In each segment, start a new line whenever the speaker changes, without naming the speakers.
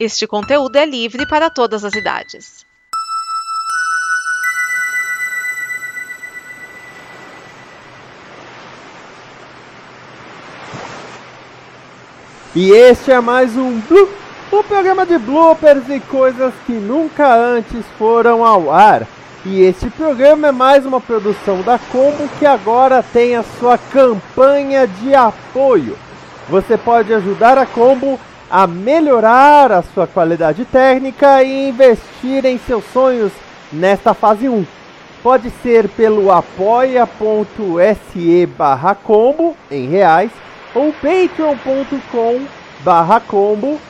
Este conteúdo é livre para todas as idades.
E este é mais um Blue, um programa de bloopers e coisas que nunca antes foram ao ar. E este programa é mais uma produção da Combo que agora tem a sua campanha de apoio. Você pode ajudar a Combo a melhorar a sua qualidade técnica e investir em seus sonhos nesta fase 1. Pode ser pelo apoia.se barra combo em reais ou patreon.com barra combo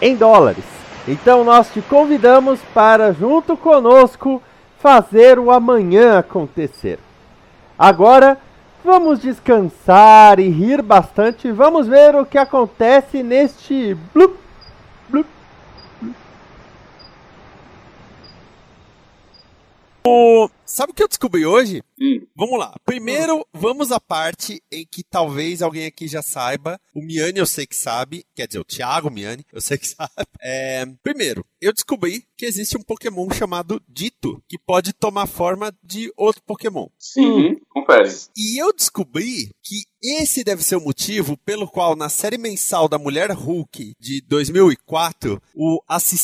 em dólares. Então nós te convidamos para junto conosco fazer o amanhã acontecer. Agora vamos descansar e rir bastante. Vamos ver o que acontece neste blup, blup.
Sabe o que eu descobri hoje? Vamos lá. Primeiro, vamos à parte em que talvez alguém aqui já saiba. O Miane eu sei que sabe. Quer dizer, o Thiago Miane, eu sei que sabe. É, Primeiro, eu descobri que existe um Pokémon chamado Dito, que pode tomar forma de outro Pokémon.
Sim, Uhum, confere.
E eu descobri que esse deve ser o motivo pelo qual, na série mensal da Mulher Hulk de 2004, o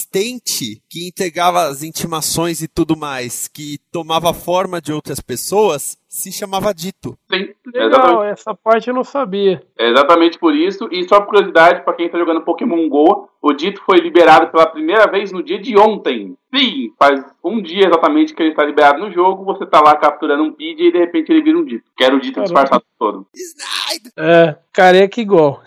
assistente que entregava as intimações e tudo mais, que tomava forma de outras pessoas, se chamava Dito.
Sim, é
Legal,
exatamente,
essa parte eu não sabia.
é exatamente por isso. E só por curiosidade, pra quem tá jogando Pokémon GO, o Dito foi liberado pela primeira vez no dia de ontem. Sim, faz um dia exatamente que ele está liberado no jogo, você tá lá capturando um Pidgey e de repente ele vira um Dito. Que era o Dito
Caramba.
disfarçado todo.
Snyder!
É, careca igual.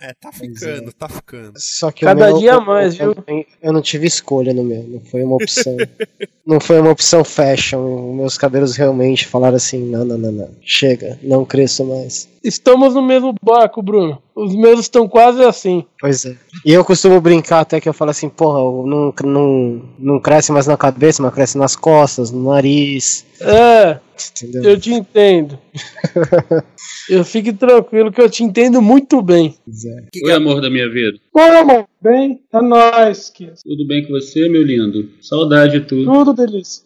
É, tá ficando, tá ficando.
Só que
Cada
o meu,
dia
eu-
mais,
eu, eu- eu não tive escolha no meu, não foi uma opção. não foi uma opção fashion. Meus cabelos realmente falaram assim: não, não, não, não. Chega, não cresço mais.
Estamos no mesmo barco, Bruno. Os meus estão quase assim.
Pois é. E eu costumo brincar até que eu falo assim: porra, eu não, não, não cresce mais na cabeça, mas cresce nas costas, no nariz.
É,
Entendeu?
eu te entendo. eu fique tranquilo que eu te entendo muito bem.
Pois é.
Oi, amor da minha vida.
Como? Bem, é nóis, que
Tudo bem com você, meu lindo? Saudade de tudo.
tudo delícia.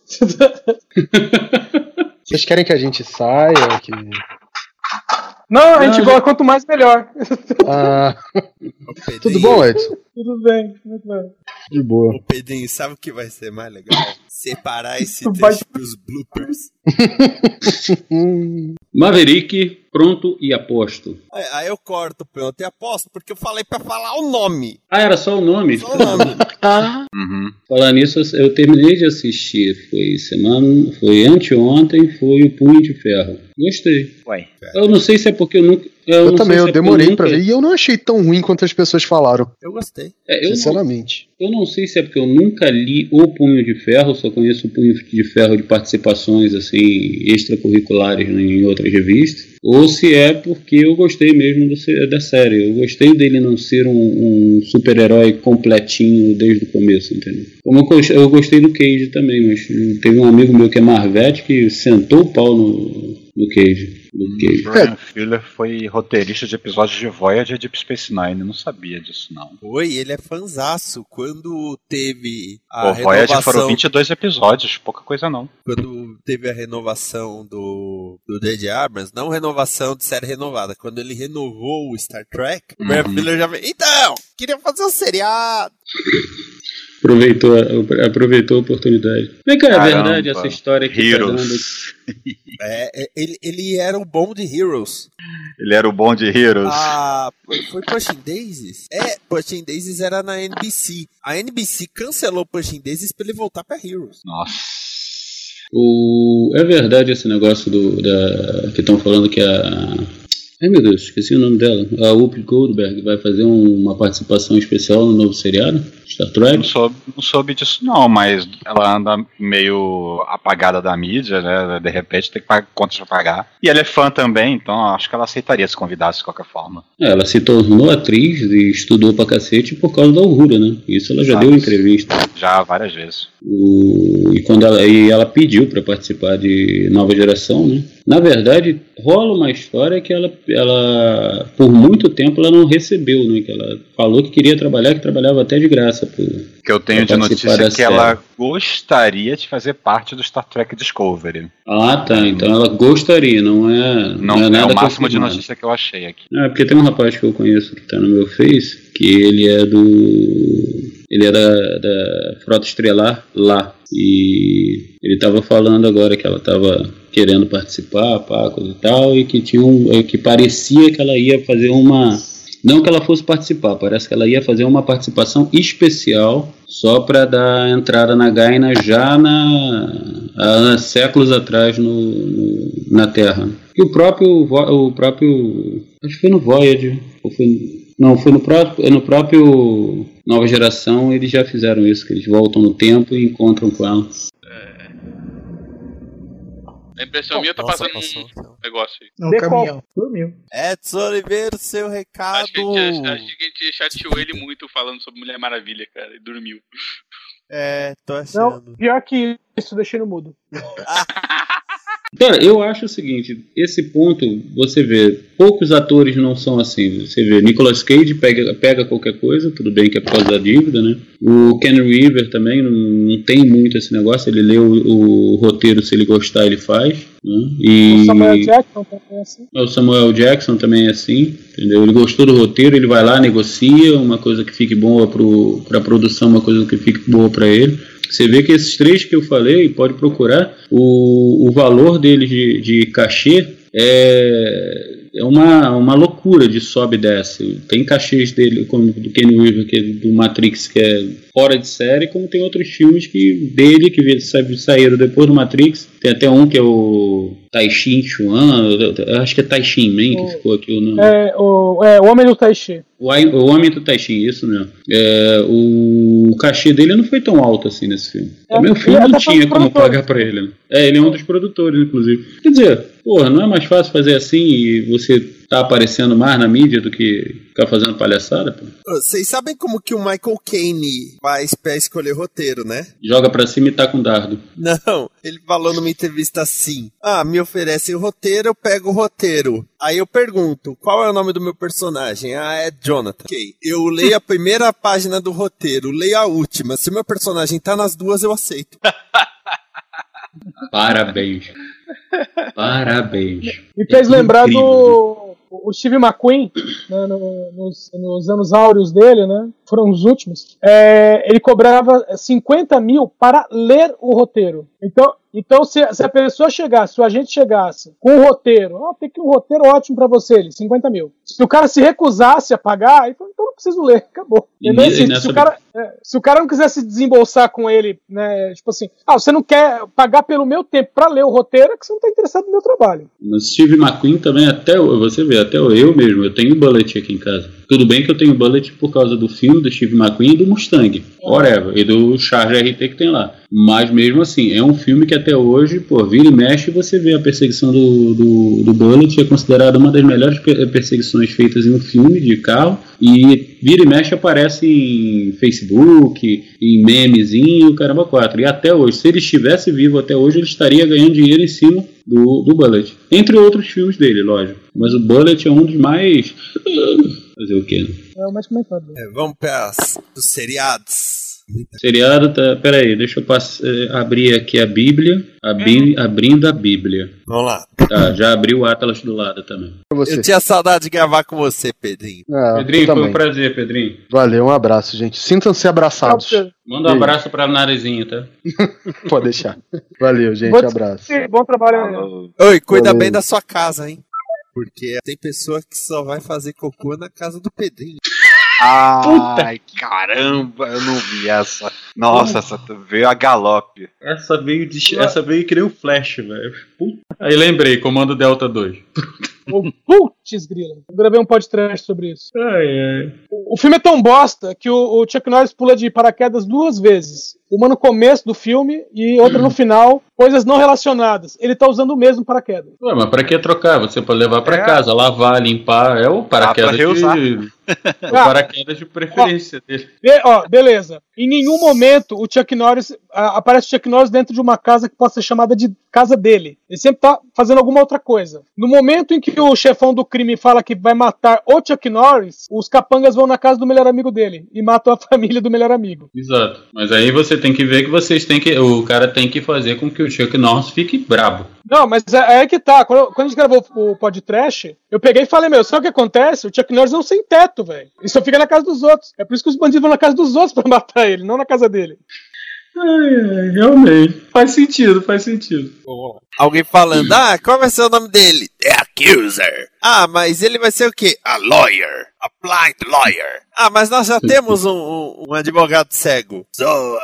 Vocês querem que a gente saia? Que...
Não, a gente gosta quanto mais melhor.
Ah, tudo bom, Edson?
Tudo bem, muito bem.
De boa.
Ô, Pedrinho, sabe o que vai ser mais legal? Separar esse
Vai-
trecho pros bloopers.
Maverick, pronto e aposto.
É, Aí eu corto, pronto, e aposto, porque eu falei pra falar o nome.
Ah, era só o nome?
Só o nome.
Falar nisso, eu terminei de assistir. Foi semana. Foi anteontem, foi o Punho de Ferro. Gostei.
Ué.
Eu não sei se é porque eu nunca.
Eu,
não sei
também,
se é
eu
porque
demorei
nunca-
pra ver e eu não achei tão ruim quanto as pessoas falaram,
Eu gostei.
É, eu, não,
sinceramente.
eu não sei se é porque eu nunca li o Punho de Ferro, só conheço o Punho de Ferro de participações assim extracurriculares em outras revistas, ou se é porque eu gostei mesmo do se- da série. Eu gostei dele não ser um, um super-herói completinho desde o começo, entendeu? Como eu gos- eu gostei do Cage também, mas hum, teve um amigo meu que é Marvete que sentou o pau no, no Cage. No Cage.
É.
Brian Fuller foi roteirista de episódios de Voyager e Deep Space Nine. Não sabia disso, não.
Oi, ele é fanzaço. Quando teve a
Pô, Voyager foram
renovação.
22 episódios, pouca coisa não.
Quando teve a renovação do, do J.J. Abrams, não renovação de série renovada, quando ele renovou o Star Trek, o Brian
Uhum.
Miller já veio. Então, queria fazer um seriado.
Aproveitou, a- aproveitou a oportunidade. Como é que é a
Caramba.
verdade essa história que tá dando
Heroes.
É, é, ele, ele era o bom de Heroes.
Ele era o bom de Heroes.
Ah, foi- foi Pushing Daisies? É, Pushing Daisies era na NBC. A NBC cancelou Pushing Daisies pra ele voltar pra Heroes.
Nossa.
O... É verdade esse negócio do, da... que estão falando que a. Ai meu Deus, esqueci o nome dela. A Whoopi Goldberg vai fazer um- uma participação especial no novo seriado, Star
Eu Não
Trek.
soube, não soube disso não, mas ela anda meio apagada da mídia, né? De repente tem que pagar contas pra pagar. E ela é fã também, então acho que ela aceitaria se convidasse de qualquer forma.
É, Ela se tornou atriz e estudou pra cacete por causa da Uhura, né? Isso ela já
Ah,
deu
sim.
entrevista.
Já várias vezes.
O- E, quando ela... e ela pediu pra participar de Nova Geração, né? Na verdade, rola uma história que ela, ela por muito tempo, ela não recebeu, né? Que ela falou que queria trabalhar, que trabalhava até de graça. essa pro.
O que eu tenho de
pra participar
notícia é
dessa
que ela gostaria de fazer parte do Star Trek Discovery.
Ah, tá. Então ela gostaria, não é.
Não, é,
nada
o máximo de
confirmado.
notícia que eu achei aqui.
Ah, porque tem um rapaz que eu conheço que tá no meu Face, que ele é do. Ele é da, da Frota Estrelar lá. E ele tava falando agora que ela tava querendo participar, pá, coisa e tal, e que tinha um. eh, que parecia que ela ia fazer uma. Não que ela fosse participar, parece que ela ia fazer uma participação especial só para dar entrada na Gaina já na, há séculos atrás no, no- na Terra. E o próprio, Vo- o próprio. Acho que foi no Voyager. Ou foi, não, foi no próprio, é no próprio Nova Geração eles já fizeram isso, que eles voltam no tempo e encontram com ela.
A impressão minha tá
Nossa,
passando
passou.
um negócio aí.
Não,
De
caminhão. Dormiu.
Edson Oliveira, seu recado.
Acho que, a gente, acho que a gente chateou ele muito falando sobre Mulher Maravilha, cara, e dormiu.
É, tô
Não,
achando.
pior que isso, deixei no mudo.
Cara, eu acho o seguinte, esse ponto, você vê, poucos atores não são assim. Você vê, Nicolas Cage pega, pega qualquer coisa, tudo bem que é por causa da dívida, né? O Ken Reeves também não, não tem muito esse negócio, ele lê o, o roteiro, se ele gostar, ele faz. né? E
O Samuel Jackson também é assim.
o Samuel Jackson também é assim, entendeu? Ele gostou do roteiro, ele vai lá, negocia uma coisa que fique boa pro, pra produção, uma coisa que fique boa pra ele. Você vê que esses três que eu falei, pode procurar, o, o valor deles de, de cachê é, é uma, uma loucura de sobe e desce. Tem cachês dele, como do Ken Reeves, que é do Matrix, que é fora de série, como tem outros filmes que dele que vi- sa- saíram depois do Matrix. Tem até um que é o Taishin Chuan, eu- eu acho que é Taishin Man que ficou aqui o nome.
É, o, é, o Homem do Taichi.
O, Ai- o Homem do Taishin, isso mesmo. É, o cachê dele não foi tão alto assim nesse filme.
É,
Também o
ele
filme não
até foi
tinha
um
como
produtor.
pagar pra ele. né? É, ele é um dos produtores, inclusive. Quer dizer, porra, não é mais fácil fazer assim e você tá aparecendo mais na mídia do que ficar fazendo palhaçada, pô?
Vocês sabem como que o Michael Caine faz pra escolher roteiro, né?
Joga pra cima e tá com dardo.
Não, ele falou numa entrevista assim: Ah, me oferecem o roteiro, eu pego o roteiro. Aí eu pergunto: qual é o nome do meu personagem? Ah, é Jonathan. Ok. Eu leio a primeira página do roteiro, leio a última. Se o meu personagem tá nas duas, eu aceito.
Parabéns. Parabéns.
Me fez
É
lembrar
incrível,
do o Steve McQueen, né, no- nos, nos anos áureos dele, né? Foram os últimos. É, ele cobrava 50 mil para ler o roteiro. Então, então se, se a pessoa chegasse, se o agente chegasse com o roteiro, ah, tem que um roteiro ótimo para você, ele, 50 mil. Se o cara se recusasse a pagar, ele falou, então não preciso ler, acabou.
E né,
Entendeu?
ne-
Assim,
e nessa-
se, o cara, é, se o cara não quisesse desembolsar com ele, né? Tipo assim, ah, você não quer pagar pelo meu tempo para ler o roteiro, é que você não está interessado no meu trabalho.
Mas Steve McQueen também, até o- você vê, até o- eu mesmo, eu tenho Bullet aqui em casa. Tudo bem que eu tenho Bullet por causa do filme do Steve McQueen e do Mustang, whatever, e do Charge RT que tem lá. Mas mesmo assim, é um filme que até hoje, pô, vira e mexe você vê a perseguição do, do, do Bullet, é considerada uma das melhores per- eh, perseguições feitas em um filme de carro, e vira e mexe aparece em Facebook, em memezinho, caramba, quatro. E até hoje, se ele estivesse vivo até hoje, ele estaria ganhando dinheiro em cima do, do Bullet. Entre outros filmes dele, lógico. Mas o Bullet é um dos mais. Fazer o quê? né?
É o mais comentado.
É, vamos pras os seriados.
Seriado tá. Peraí, deixa eu pass- eh, abrir aqui a Bíblia. Abri- Abrindo a Bíblia.
Vamos lá.
Tá, já abri o Atlas do lado também.
Pra você.
Eu tinha saudade de gravar com você, Pedrinho.
Ah,
Pedrinho,
eu
foi um
também.
prazer, Pedrinho.
Valeu, um abraço, gente. Sintam-se abraçados.
Manda um abraço pra Narizinho, tá?
Pode deixar. Valeu, gente.
Vou-
Abraço.
Bom trabalho.
Oi, cuida
Valeu.
bem da sua casa, hein? Porque tem pessoa que só vai fazer cocô na casa do Pedrinho.
Ai, caramba, eu não vi essa. Nossa, essa veio a galope.
Essa veio, de... Essa veio que nem um flash, velho. Aí lembrei, comando Delta 2.
O Putz, grila. Eu gravei um podcast sobre isso.
Ai, ai.
O o filme é tão bosta que o, o Chuck Norris pula de paraquedas duas vezes. Uma no começo do filme e outra
Hum.
no final. Coisas não relacionadas. Ele tá usando o mesmo paraquedas.
Ué, mas pra que trocar? Você pode levar pra
É.
casa, lavar, limpar. É o
Dá
paraquedas
pra reusar.
de. É o paraquedas de preferência dele.
Be- ó, beleza. Em nenhum momento o Chuck Norris. a- aparece o Chuck Norris dentro de uma casa que pode ser chamada de casa dele. Ele sempre tá fazendo alguma outra coisa. No momento em que que o chefão do crime fala que vai matar o Chuck Norris, os capangas vão na casa do melhor amigo dele e matam a família do melhor amigo.
Exato. Mas aí você tem que ver que vocês têm que. O cara tem que fazer com que o Chuck Norris fique brabo.
Não, mas é, é que tá. Quando, quando a gente gravou o podcast, eu peguei e falei, meu, sabe o que acontece? O Chuck Norris é um sem teto, velho. Ele só fica na casa dos outros. É por isso que os bandidos vão na casa dos outros pra matar ele, não na casa dele.
Ai, ai, realmente. Faz sentido, faz sentido.
Alguém falando, ah, qual vai ser o nome dele? The Accuser. Ah, mas ele vai ser o quê? A lawyer. A blind lawyer. Ah, mas nós já temos um, um, um advogado cego. So, uh,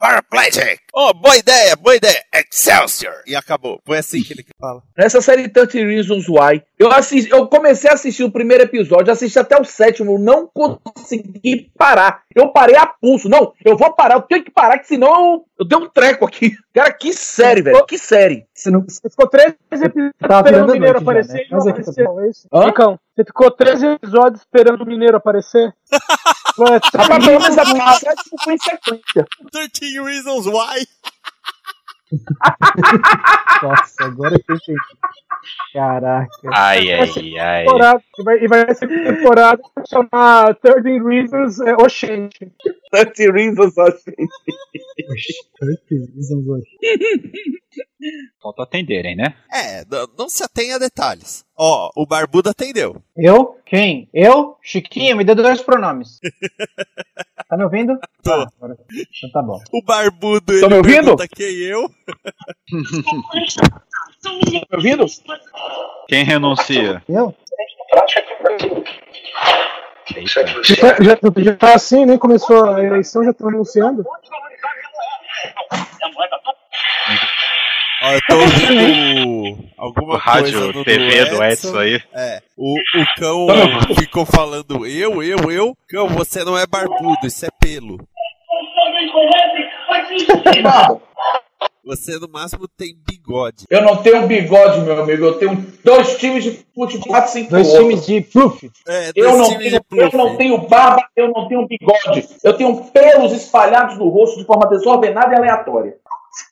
paraplegic. Oh, boa ideia, boa ideia. Excelsior. E acabou. Foi assim que ele fala.
Nessa série 30 Reasons Why, eu, assisti, eu comecei a assistir o primeiro episódio, assisti até o sétimo, não consegui parar. Eu parei a pulso. Não, eu vou parar, eu tenho que parar, que senão eu, eu dei um treco aqui. Cara, que série, velho, que série.
Você, não... você ficou três episódios
Tava
esperando
virando
o Mineiro
noite já,
aparecer
né?
e não
Mas aqui
apareceu.
também.
é isso?
Hã?
Ricão, você ficou três episódios esperando o Mineiro aparecer?
Rapaz, pelo menos a parte não foi em sequência.
13 Reasons Why.
Nossa, agora que eu entendi. Caraca.
Ai,
Vai ser
ai, ai.
temporada, e, vai, e vai ser temporada que vai chamar 13 Reasons é, Oxente.
13 Reasons
Falta atenderem, né?
É, n- não se atenha a detalhes. Ó, o barbudo atendeu.
Eu? Quem? Eu? Chiquinho, me dê dois pronomes. Tá me ouvindo? Tá. Então tá bom.
O barbudo,
Tão
ele
me ouvindo?
pergunta quem eu.
Tá
Me ouvindo?
Quem renuncia?
Eu?
Já, já, já tá assim, nem começou a eleição, já estão anunciando.
Ó, eu
Tá
tô ouvindo o- alguma
O rádio,
coisa no,
TV
do
do Edson aí.
É, o, o cão
Tá
ficou falando eu, eu, eu. Cão, você não é barbudo, isso é pelo. Você no máximo tem bigode.
Eu não tenho bigode, meu amigo. Eu tenho dois times de futebol assim
Dois
com o
times de fluff.
É,
Eu
dois
não,
times
tenho,
de puff.
eu não tenho barba, eu não tenho bigode. Eu tenho pelos espalhados no rosto de forma desordenada e aleatória.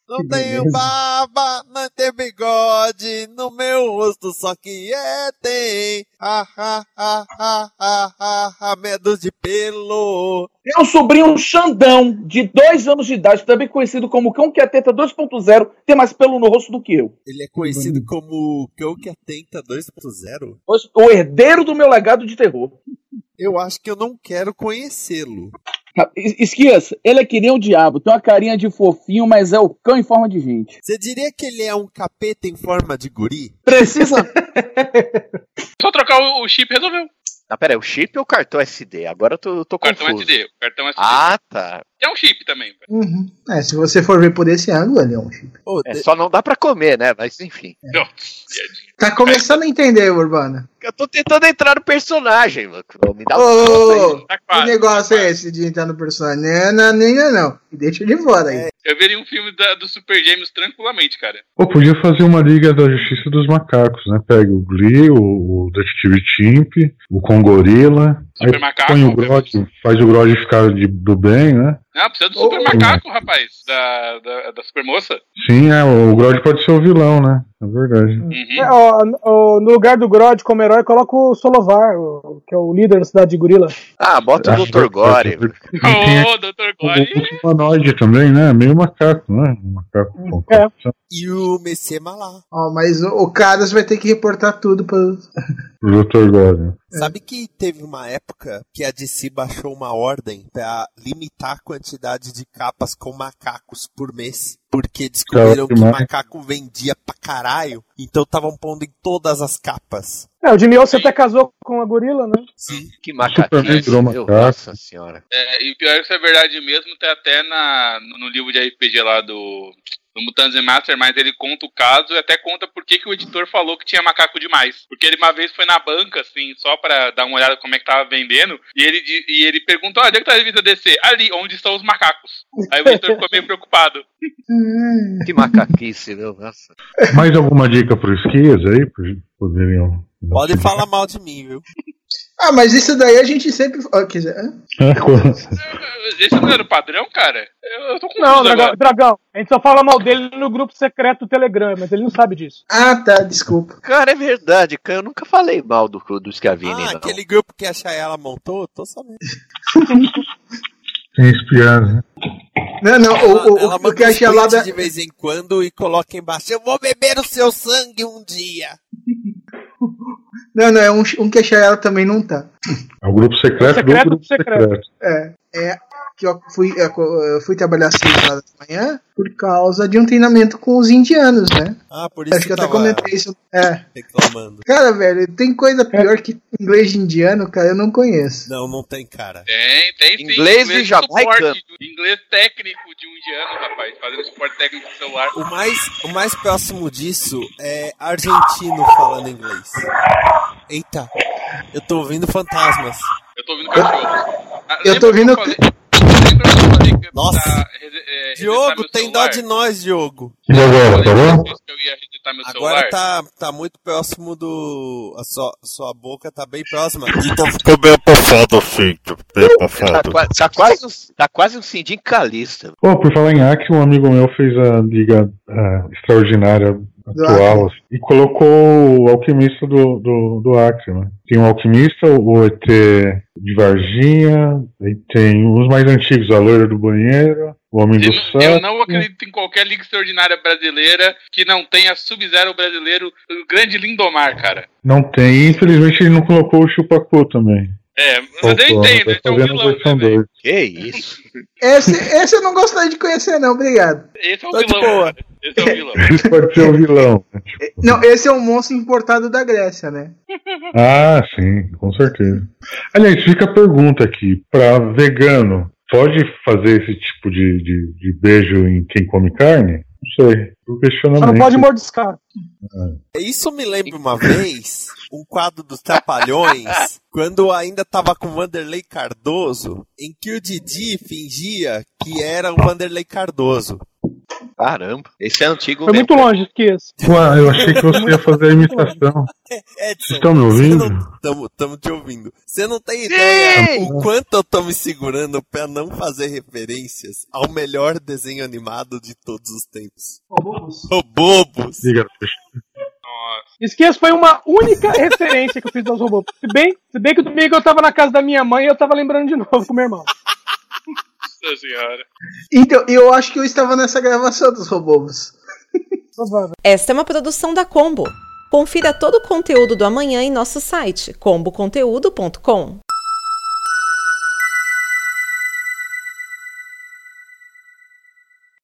Não tenho barba, não tenho bigode no meu rosto, só que é tem. Ah, ah, ah, ah, ah, ah, ah, medos de pelo.
Meu sobrinho Xandão, de dois anos de idade, também conhecido como Cão que é Atenta 2.0, tem mais pelo no rosto do que eu.
Ele é conhecido como Cão que Atenta 2.0.
Pois, O herdeiro do meu legado de terror.
Eu acho que eu não quero conhecê-lo.
Esquias, ele é que nem o diabo, tem uma carinha de fofinho, mas é o cão em forma de gente.
Você diria que ele é um capeta em forma de guri?
Precisa.
Só trocar o, o chip resolveu.
Não, pera aí, Ah, o chip ou o cartão SD? Agora eu tô, eu tô
Cartão
confuso.
SD, o cartão SD.
Ah, tá.
É um chip também.
É, se você for ver por esse ângulo, ele é um chip.
É, só não dá pra comer, né? Mas enfim.
Tá começando a entender, Urbana.
Eu tô tentando entrar no personagem, mano. Me dá
Ô,
um
ô,
ponto
Tá
ô, que negócio é esse de entrar no personagem? Não, é, não, não, não, não. Me deixa de fora
É,
aí.
Eu veria um filme da- do Super Gêmeos tranquilamente, cara.
Pô, podia fazer uma Liga da Justiça dos Macacos, né? Pega o Glee, o, o Detetive Chimp, o Congorila, aí põe o Grog, faz o Grog ficar de, do bem, né?
Ah, precisa do Super Macaco, rapaz. Da, da, da Super Moça.
Sim, é, o Grog pode ser o vilão, né? É verdade.
Uhum.
É, ó, ó, no lugar do Grod como herói, coloca o Solovar, o- que é o líder da cidade de gorila.
Ah, bota o Dr. Gore.
Ô, Dr. Gore.
O humanoide também, né? Meio macaco, né? Um Macaco. com cabeça.
E o Messi Malá.
Ó, mas o, o Caras vai ter que reportar tudo pro.
O Dr. Gore.
Sabe que teve uma época que a DC baixou uma ordem pra limitar a quantidade de capas com macacos por mês? Porque descobriram que
demais.
macaco vendia pra caralho, então estavam pondo em todas as capas.
É, o Jimmy Olsen até casou com a gorila, né?
Que
Superman virou
macaquinho.
macaco.
Nossa senhora.
É, e pior que isso é verdade mesmo, tá até na, no livro de RPG lá do, do Mutantes e Master, mas ele conta o caso e até conta por que, que o editor falou que tinha macaco demais. Porque ele uma vez foi na banca, assim, só pra dar uma olhada como é que tava vendendo, e ele, di- e ele perguntou, ah, onde é que tá a revista DC? Ali, onde estão os macacos. Aí o editor ficou meio preocupado.
Que macaquice, meu. Nossa.
Mais alguma dica pro Esquias aí? Poderiam.
Podem falar mal de mim, viu?
Ah, mas isso daí a gente sempre. Ah, quiser. É,
Esse não era o padrão, cara? Eu, eu tô com
Não, dragão, dragão, a gente só fala mal dele no grupo secreto do Telegram, mas ele não sabe disso.
Ah, tá, desculpa.
Cara, é verdade, cara. Eu nunca falei mal do, do Schiavini,
Ah,
não.
aquele grupo que a Chayela montou, tô sabendo.
Tem espiado, né?
Não, não,
ela,
o, o,
ela
o,
manda
que a
uns tweets
Xalada.
de vez em quando e coloca embaixo, eu vou beber o seu sangue um dia.
Não, não, é um, um que a Xayala também não tá.
É o grupo secreto, do grupo secreto.
É, é que eu fui, eu fui trabalhar às 6 horas da manhã por causa de um treinamento com os indianos, né?
Ah, por
Acho que eu até
tava
comentei isso. É.
reclamando.
Cara, velho, tem coisa pior que inglês de indiano, cara, eu não conheço.
Não, não tem cara.
Tem, tem sim.
Inglês e jamaicano.
suporte, um Inglês técnico de um indiano, rapaz, fazendo suporte técnico do celular.
O mais, o mais próximo disso é argentino falando inglês. Eita, eu tô ouvindo fantasmas.
Eu tô ouvindo cachorro. Ah,
eu tô
lembra que
ouvindo-
eu falei-
Nossa,
é,
Diogo, tem dó de nós, Diogo.
E agora, tá bom?
Agora tá, tá muito próximo do. A sua, sua boca tá bem próxima. Então ficou bem
Passado
assim,
bem passado. Tá, qua- tá quase, um- tá quase um Sindim Calista.
Pô, por falar em hack, um amigo meu fez a liga ah, extraordinária atual assim, e colocou o alquimista do, do, do Acre, né? Tem o alquimista, o ET de Varginha, aí tem os mais antigos, a loira do banheiro, o homem do saco.
Eu não acredito em qualquer liga extraordinária brasileira que não tenha Sub-Zero brasileiro, o grande Lindomar, cara.
Não tem, infelizmente ele não colocou o chupacu também.
É, um né,
mas eu entendo, tá vendo a versão 2.
Que isso?
Esse, esse eu não gostaria de conhecer, não, obrigado.
Esse é
o vilão.
um
Ele pode ser o vilão.
Não, esse é um monstro importado da Grécia, né?
Ah, sim, com certeza. Aliás, fica a pergunta aqui, pra vegano, pode fazer esse tipo de, de, de beijo em quem come carne? Não sei, o questionamento.
Só não pode mordiscar.
Isso me lembra uma vez um quadro dos Trapalhões, quando ainda tava com o Vanderlei Cardoso, em que o Didi fingia que era o Vanderlei Cardoso.
Caramba, esse é antigo
Foi
mesmo.
muito longe, esqueça.
Ué, eu achei que você ia fazer a imitação.
Edson,
Estão me ouvindo?
Tamo, tamo te ouvindo. Você não tem ideia o quanto eu tô me segurando pra não fazer referências ao melhor desenho animado de todos os tempos.
Bobos.
Bobos.
Diga,
Esqueça, foi uma única referência que eu fiz aos robôs. Se bem, se bem que domingo eu tava na casa da minha mãe e eu tava lembrando de novo com meu irmão.
Nossa senhora.
Então, eu acho que eu estava nessa gravação dos robôs.
Esta é uma produção da Combo. Confira todo o conteúdo do amanhã em nosso site comboconteúdo.com.